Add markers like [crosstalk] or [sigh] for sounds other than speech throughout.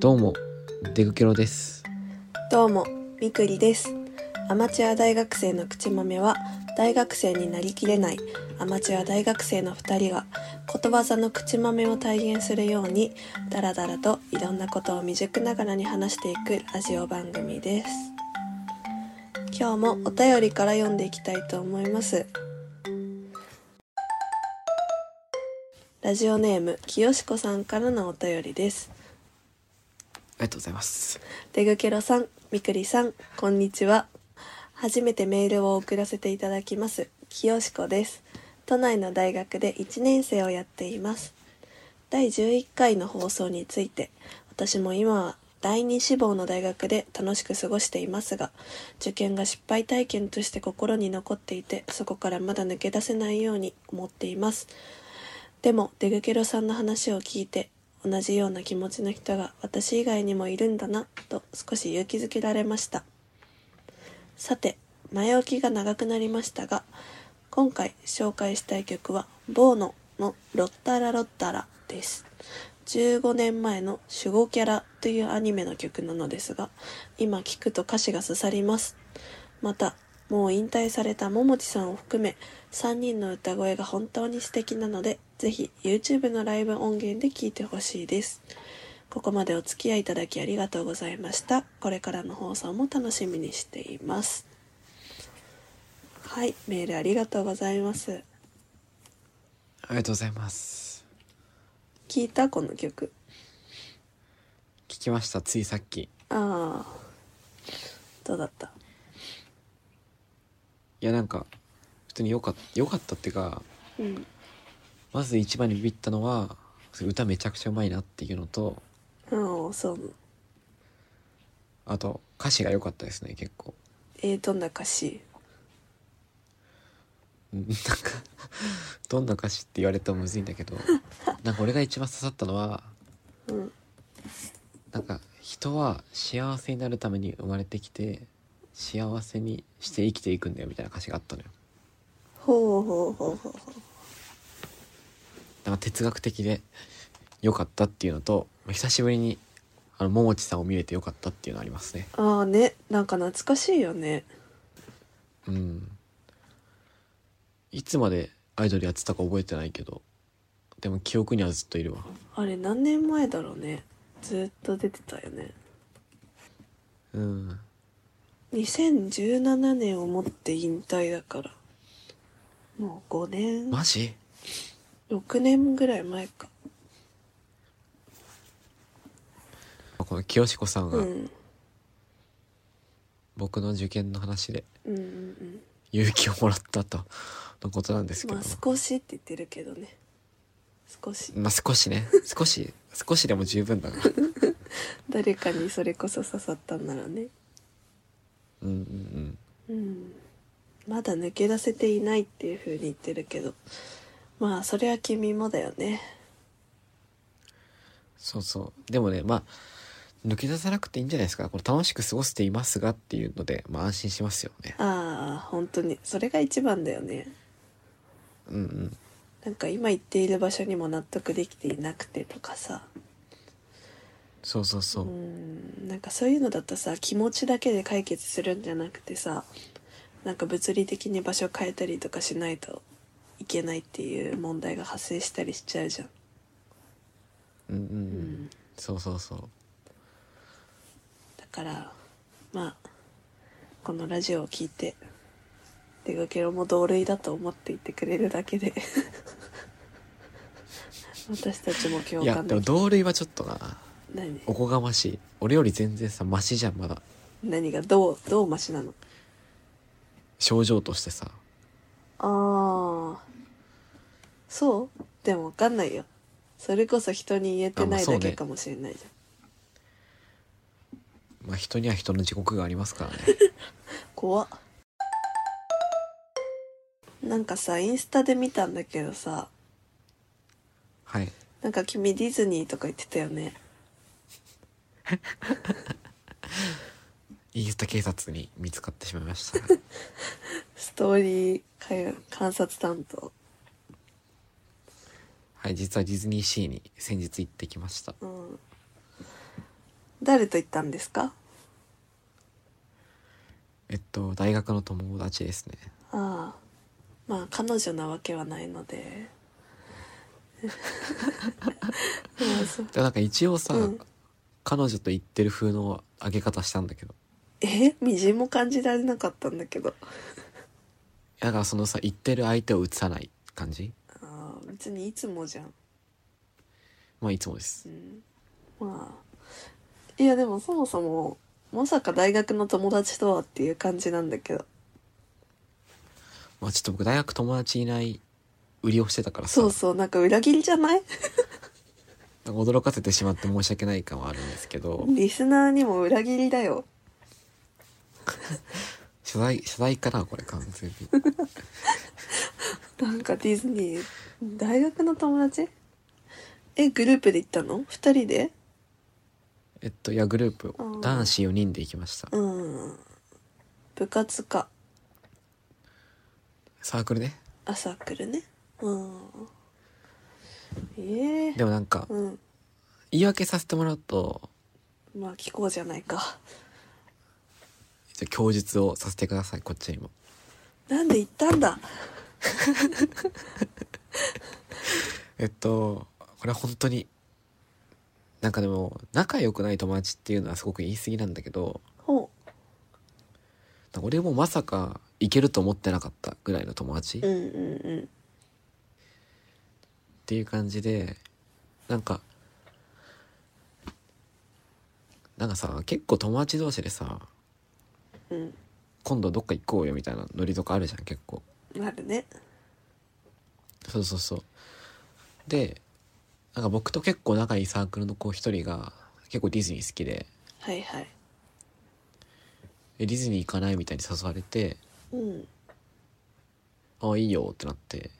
どうもデグケロですどうも、みくりです。アマチュア大学生の口豆は、大学生になりきれないアマチュア大学生の2人が、ことわざの口豆を体現するように、だらだらといろんなことを未熟ながらに話していくラジオ番組です。今日もお便りから読んでいきたいと思います。ラジオネーム、きよしこさんからのお便りです。ありがとうございますデグケロさん、みくりさん、こんにちは。初めてメールを送らせていただきます。清子です。都内の大学で1年生をやっています。第11回の放送について、私も今は第二志望の大学で楽しく過ごしていますが、受験が失敗体験として心に残っていて、そこからまだ抜け出せないように思っています。でもデグケロさんの話を聞いて同じような気持ちの人が私以外にもいるんだなと少し勇気づけられましたさて前置きが長くなりましたが今回紹介したい曲はボーノの「ロッタラロッタラ」です15年前の「守護キャラ」というアニメの曲なのですが今聴くと歌詞が刺さりますまたもう引退された桃地さんを含め3人の歌声が本当に素敵なのでぜひ YouTube のライブ音源で聴いてほしいですここまでお付き合いいただきありがとうございましたこれからの放送も楽しみにしていますはいメールありがとうございますありがとうございます聞いたこの曲聞きましたついさっきああどうだったいやなんか普通に良かった良かったっていうかうんまず一番にビビったのは歌めちゃくちゃうまいなっていうのとああそうあと歌詞が良かったですね結構えー、どんな歌詞うんなんかどんな歌詞って言われてもむずいんだけどなんか俺が一番刺さったのはうんなんか人は幸せになるために生まれてきて幸せにして生きていくんだよみたいな歌詞があったのよほうほうほうほうほうなんか哲学的で良かったっていうのとまあ久しぶりにあの桃地さんを見れて良かったっていうのありますねああねなんか懐かしいよねうんいつまでアイドルやってたか覚えてないけどでも記憶にはずっといるわあれ何年前だろうねずっと出てたよねうん2017年をもって引退だからもう5年、マジ6年ぐらい前かこの清子さんうがん僕の受験の話でうんうんうん勇気をもらったとのことなんですけどまあ少しって言ってるけどね少しまあ少しね少し少しでも十分だから誰かにそれこそ刺さったんならねうんうんうんうんまだ抜け出せていないっていう風に言ってるけどまあそれは君もだよねそうそうでもねまあ抜け出さなくていいんじゃないですかこれ楽しく過ごしていますがっていうのでまあ安心しますよねああ本当にそれが一番だよねうんうんなんか今行っている場所にも納得できていなくてとかさそうそうそうう、んなんかそういうのだとさ気持ちだけで解決するんじゃなくてさなんか物理的に場所変えたりとかしないといけないっていう問題が発生したりしちゃうじゃんうんうんうんそうそうそうだからまあこのラジオを聞いて出かけろも同類だと思っていてくれるだけで [laughs] 私たちも共いや感ででもき同類はちょっとな何おこがましい俺より全然さマシじゃんまだ何がどうどうマシなの症状としてさああそうでも分かんないよそれこそ人に言えてあまあないそうだねけかもしれないじゃん、まあ人には人の地獄があります [laughs] からね怖っなんかさインスタで見たんだけどさはいなんか君ディズニーとか言ってたよねインスタ警察に見つかってしまいましたストーリーか観察担当はい実はディズニーシーに先日行ってきましたうん誰と行ったんですかえっと大学の友達ですねああまあ彼女なわけはないの [laughs] でうんそうでもなんか一応さ、うん彼女と言ってる風の上げ方したんだけどえみじんも感じられなかったんだけどだからそのさ言ってる相手を映さない感じああ別にいつもじゃん、まあいつもですうん、まあいやでもそもそもまさか大学の友達とはっていう感じなんだけどまあちょっと僕大学友達いない売りをしてたからさそうそうなんか裏切りじゃないなんか驚かせてしまって申し訳ない感はあるんですけどリスナーにも裏切りだよ謝罪謝罪かなこれ完全 [laughs] になんかディズニー大学の友達えグループで行ったの二人でえっといやグループうん男子4人で行きましたうん部活かサークルねあサークルねうんええでもなんかうん言い訳させてもらうとまあ聞こうじゃないかじゃあ供述をさせてくださいこっちにもなんで行ったんだえっとこれは本当になんかでも仲良くない友達っていうのはすごく言い過ぎなんだけどほなんか俺もまさか行けると思ってなかったぐらいの友達うっうんうんうんていう感じでなんかなんかさ結構友達同士でさうん今度どっか行こうよみたいなノリとかあるじゃん結構あるねそうそうそうでなんか僕と結構仲いいサークルの子一人が結構ディズニー好きではいはいえディズニー行かないみたいに誘われてうんああいいよってなって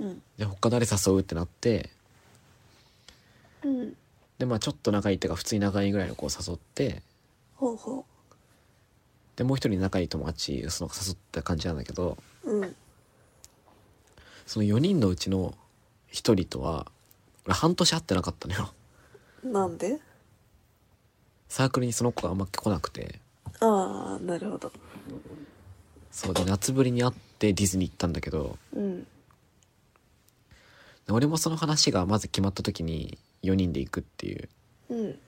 うんで他誰誘うってなってうんでまあちょっと仲いいっていうか普通に仲いいぐらいの子を誘ってほうほでもう一人仲いい友達その誘った感じなんだけどううんその4人のうちの一人とは俺半年会ってなかったのよ [laughs] なんでサークルにその子があんま来なくてああなるほどそうで夏ぶりに会ってディズニー行ったんだけどうんで俺もその話がまず決まった時に4人で行くっていううん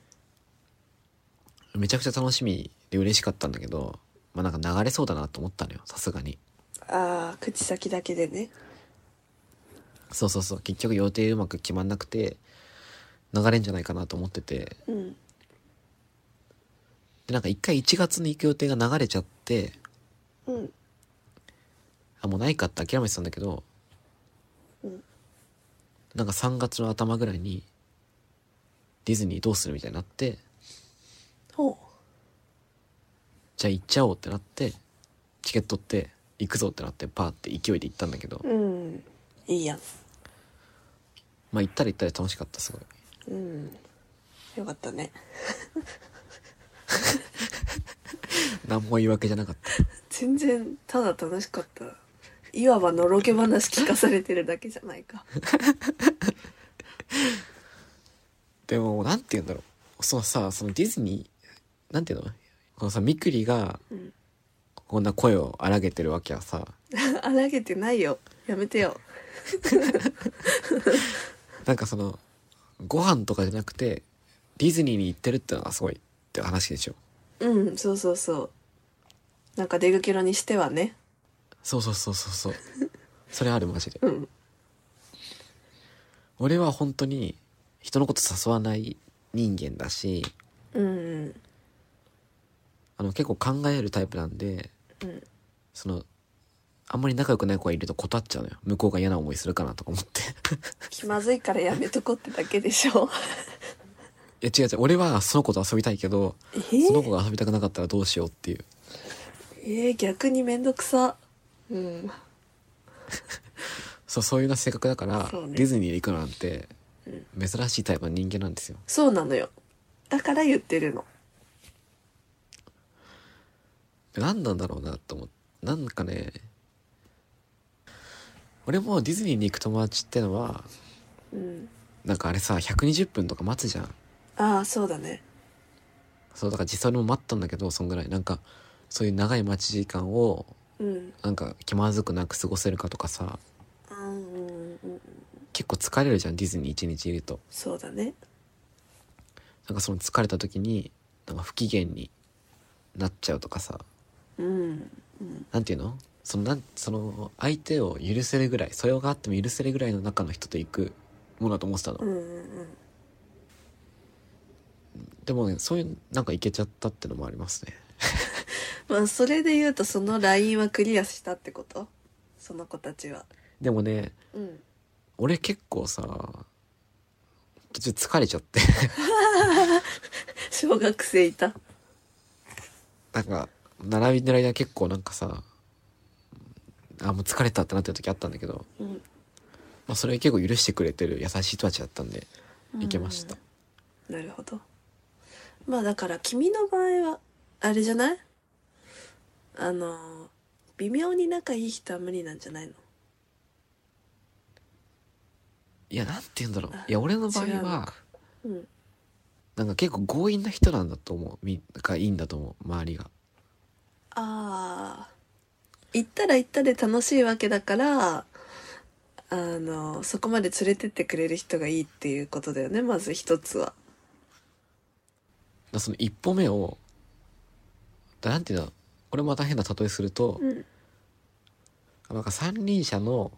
めちゃくちゃ楽しみで嬉しかったんだけどまあなんか流れそうだなと思ったのよさすがにああ口先だけでねそうそうそう結局予定うまく決まんなくて流れんじゃないかなと思っててうんでなんか一回1月に行く予定が流れちゃってうんあもうないかって諦めてたんだけど、うんなんか3月の頭ぐらいにディズニーどうするみたいになってほじゃあ行っちゃおうってなってチケット取って行くぞってなってパーって勢いで行ったんだけどううんいいやんまあ行ったら行ったら楽しかったすごいうんよかったね何も言い訳じゃなかった全然ただ楽しかったいわばのろけ話聞かされてるだけじゃないか [laughs] でもなんて言うんだろうそのさそのディズニーなんて言うのこのさみくりがうんこんな声を荒げてるわけはさ荒げてないよやめてよなんかそのご飯とかじゃなくてディズニーに行ってるってのがすごいって話でしょうんそうそうそうなんか出ぐけろにしてはねそうそうそうそうそうそれあるマジでうん俺は本当に人のこと誘わない人間だしうんあの結構考えるタイプなんでうんそのあんまり仲良くない子がいると断っちゃうのよ向こうが嫌な思いするかなとか思って [laughs] 気まずいからやめとこってだけでしょいや違う違う俺はその子と遊びたいけどえその子が遊びたくなかったらどうしようっていうえー逆にめんどくさうんそうそういうような性格だから、そうねディズニーに行くのなんて珍しいタイプの人間なんですよそうなのよだから言ってるの何なんだろうなと思ってなんかね俺もディズニーに行く友達ってのはうんなんかあれさ120分とか待つじゃんああそうだねそうだから実際俺も待ったんだけどそんぐらいなんかそういう長い待ち時間をうんなんか気まずくなく過ごせるかとかさうんうんうん結構疲れるじゃんディズニー一日いるとそうだねなんかその疲れた時になんか不機嫌になっちゃうとかさうんうんなんていうのそのなんその相手を許せるぐらい素養があっても許せるぐらいの中の人と行くものだと思ってたの、うんうんでもねそういうなんか行けちゃったってのもありますねまあそれで言うとそのラインはクリアしたってことその子たちはでもねうん俺結構さ途中疲れちゃって小学生いたなんか並びの間結構なんかさあもう疲れたってなってる時あったんだけど、うんまあ、それ結構許してくれてる優しい人たちだったんで行けました、なるほどまあだから君の場合はあれじゃないあの微妙に仲いい人は無理なんじゃないのいやなんて言うんだろういや俺の場合違うのはかうんなんか結構強引な人なんだと思うみがいいんだと思う周りがああ行ったら行ったで楽しいわけだからあのそこまで連れてってくれる人がいいっていうことだよねまず一つはだその一歩目をだなんていうのこれまた変な例えすると、うんなんか三輪車の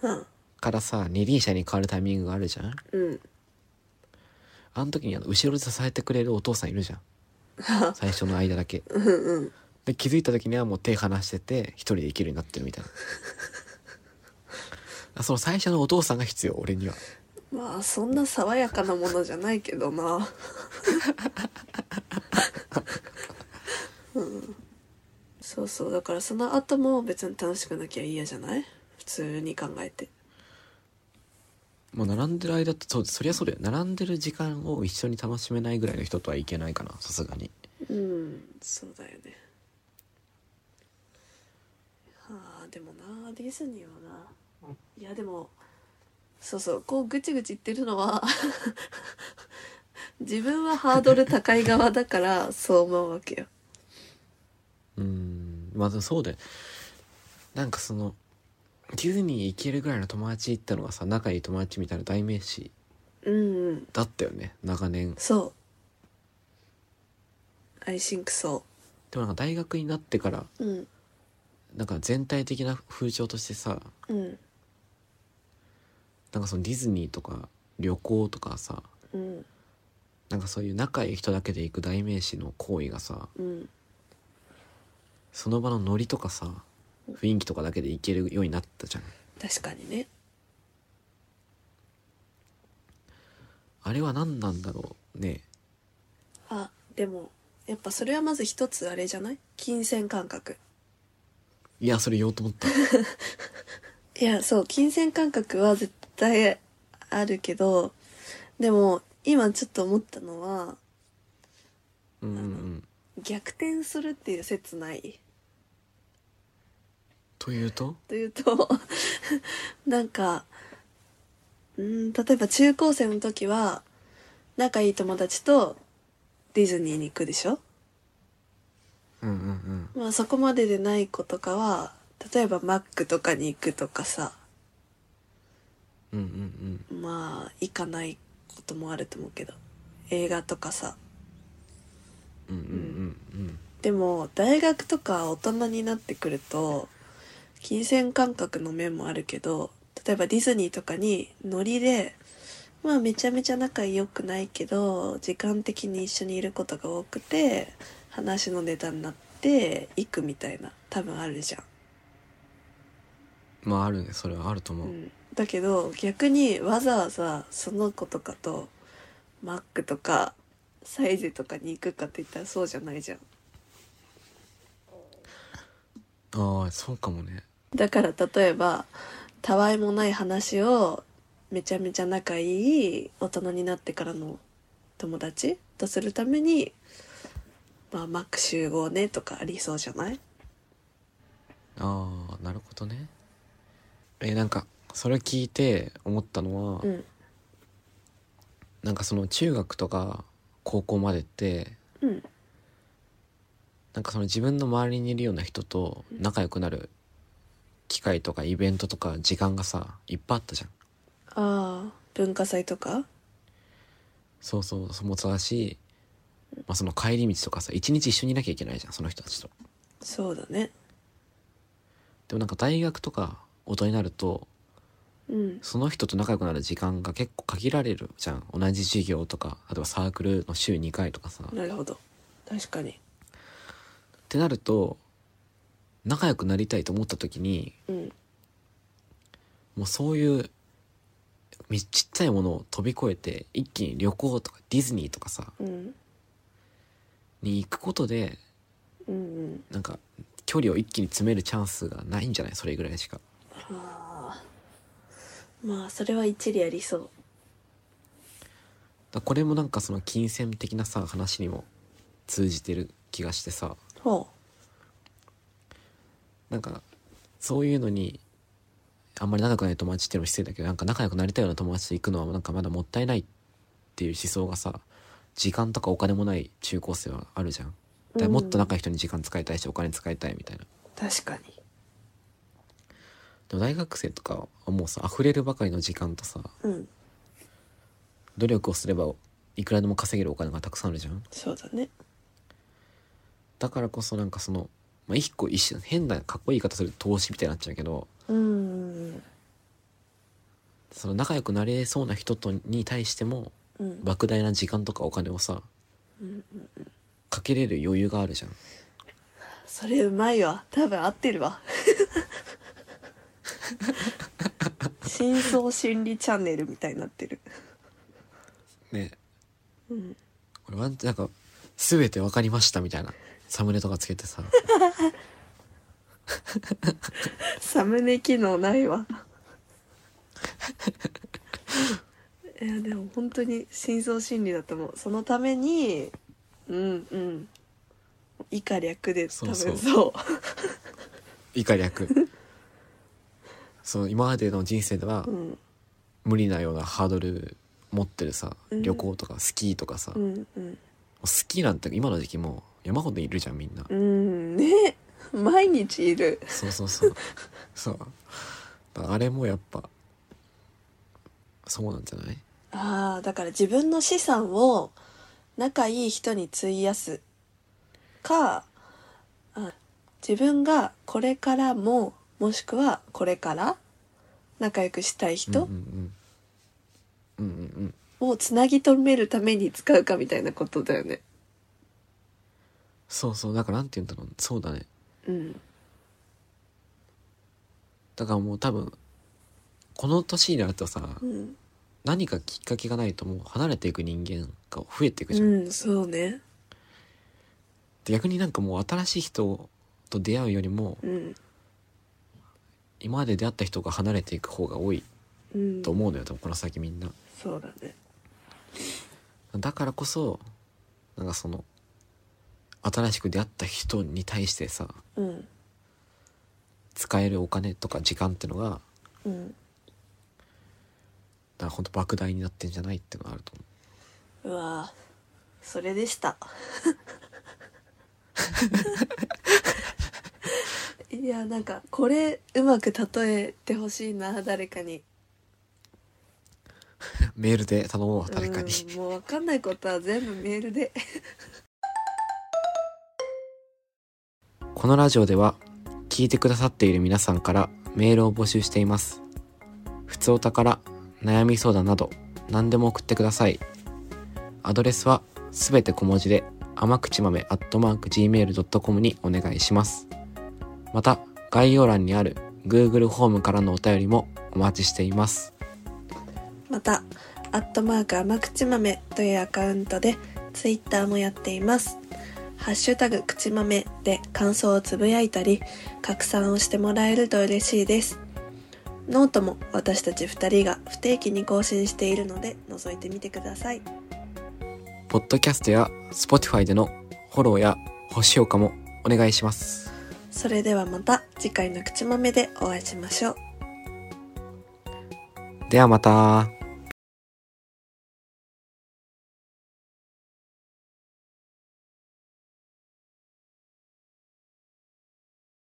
うんからさ二輪車に変わるタイミングがあるじゃんうんあの時にあの後ろで支えてくれるお父さんいるじゃん [laughs] 最初の間だけうんうんで気づいた時にはもう手離してて一人で生きるようになってるみたいなあその最初のお父さんが必要俺にはまあそんな爽やかなものじゃないけど [laughs] なうんそうそうだからその後も別に楽しくなきゃ嫌じゃない普通に考えてもう並んでる間ってそうそりゃそうだよ並んでる時間を一緒に楽しめないぐらいの人とはいけないかなさすがにうんそうだよねはあでもなディズニーはないやでもそうそうこうぐちぐち言ってるの [laughs] は自分はハードル高い側だからそう思うわけようーんまあでもそうだよなんかそのディズニー行けるぐらいの友達ってのがさ仲いい友達みたいな代名詞うんうんだったよね長年そう I think so でもなんか大学になってからうんなんか全体的な風潮としてさうんなんかそのディズニーとか旅行とかさうんなんかそういう仲いい人だけで行く代名詞の行為がさうんその場のノリとかさ雰囲気とかだけで行けるようになったじゃん確かにねあれは何なんだろうねあでもやっぱそれはまず一つあれじゃない金銭感覚いやそれ言おうと思ったいや、そう、金銭感覚は絶対あるけど、でも、今ちょっと思ったのは、うんうんうん逆転するっていう説ないというとというと、 [laughs] なんか、うん例えば中高生の時は、仲いい友達とディズニーに行くでしょうんうんうんまあそこまででない子とかは、例えばマックとかに行くとかさ、うんうんうんまあ行かないこともあると思うけど、映画とかさ、うんうんうんでも大学とか大人になってくると金銭感覚の面もあるけど例えばディズニーとかにノリでまあめちゃめちゃ仲良くないけど時間的に一緒にいることが多くて話のネタになって行くみたいな多分あるじゃん。まああるねそれはあると思うう、ん、だけど逆にわざわざその子とかとマックとかサイゼとかに行くかって言ったらそうじゃないじゃん。ああそうかもねだから例えばたわいもない話をめちゃめちゃ仲いい大人になってからの友達とするために「まあ、マック集合ね」とかありそうじゃないああなるほどねえなんかそれ聞いて思ったのは、うんなんかその中学とか高校までってうんなんかその自分の周りにいるような人と仲良くなる機会とかイベントとか時間がさいっぱいあったじゃんああ文化祭とかそうそうそうもそうだし、まあ、その帰り道とかさ一日一緒にいなきゃいけないじゃんその人たちとそうだねでもなんか大学とか大人になるとうんその人と仲良くなる時間が結構限られるじゃん同じ授業とかあとはサークルの週2回とかさ、っなるほど確かにてなると仲良くなりたいと思った時にうんもうそういうみちっちゃいものを飛び越えて一気に旅行とかディズニーとかさうんに行くことでうんうんなんか距離を一気に詰めるチャンスがないんじゃないそれぐらいしかああまあそれは一理ありそうだこれもなんかその金銭的なさ話にも通じてる気がしてさほなんかそういうのにあんまり仲良くない友達っていうのも失礼だけどなんか仲良くなりたいような友達と行くのはなんかまだもったいないっていう思想がさ時間とかお金もない中高生はあるじゃんだからもっと仲いい人に時間使いたいしお金使いたいみたいなう確かにでも大学生とかはもうさ溢れるばかりの時間とさうん努力をすればいくらでも稼げるお金がたくさんあるじゃんそうだねだからこそなんかその、まあ、一個一種変なかっこいい言い方すると投資みたいになっちゃうけどうんその仲良くなれそうな人とに対してもうん莫大な時間とかお金をさかけれる余裕があるじゃんそれうまいわ多分合ってるわ深層心理チャンネルみたいになってるねうんこれワンなんか「全て分かりました」みたいなサムネとかつけて [laughs] さサムネ機能ないわいやでも本当に深層心理だと思うそのためにうんうん以下略で多そ分うそそうう以下略そう今までの人生ではうん無理なようなハードル持ってるさうん旅行とかスキーとかさ、うもんうんうスキーなんて今の時期もう山ほどいるじゃんみんな、うんね毎日いるそうそうそうそうだからあれもやっぱそうなんじゃないああだから自分の資産を仲いい人に費やすかあ自分がこれからももしくはこれから仲良くしたい人うんうんうんうんうんうんをつなぎ止めるために使うかみたいなことだよね。そうそうだからなんて言うんだろうそうだねうん、だからもう多分この年になるとさ、うん、何かきっかけがないともう離れていく人間が増えていくじうゃん、ん、そうね。で逆になんかもう新しい人と出会うよりもうん、今まで出会った人が離れていく方が多いうんと、思うのよ多分この先みんなそうだね。だからこそなんかその新しく出会った人に対してさうん、使えるお金とか時間ってのがだかうん、らほんと莫大になってんじゃないってのがあると思うわーそれでした。いやなんかこれうまく例えてほしいな誰かにうメールで頼もうわ誰かにうんもう分かんないことは全部メールでこのラジオでは聞いてくださっている皆さんからメールを募集していますふつおたから悩み相談など何でも送ってくださいアドレスはすべて小文字で甘口豆アットマーク gmail.com にお願いしますまた概要欄にある Google ホームからのお便りもお待ちしていますまた「アットマーク甘口豆」というアカウントでツイッターもやっています「ハッシュタグ口豆」で感想をつぶやいたり拡散をしてもらえると嬉しいですノートも私たち2人が不定期に更新しているので覗いてみてくださいポッドキャストや Spotify でのフォローや星評価もお願いしますそれではまた次回の口豆でお会いしましょうではまた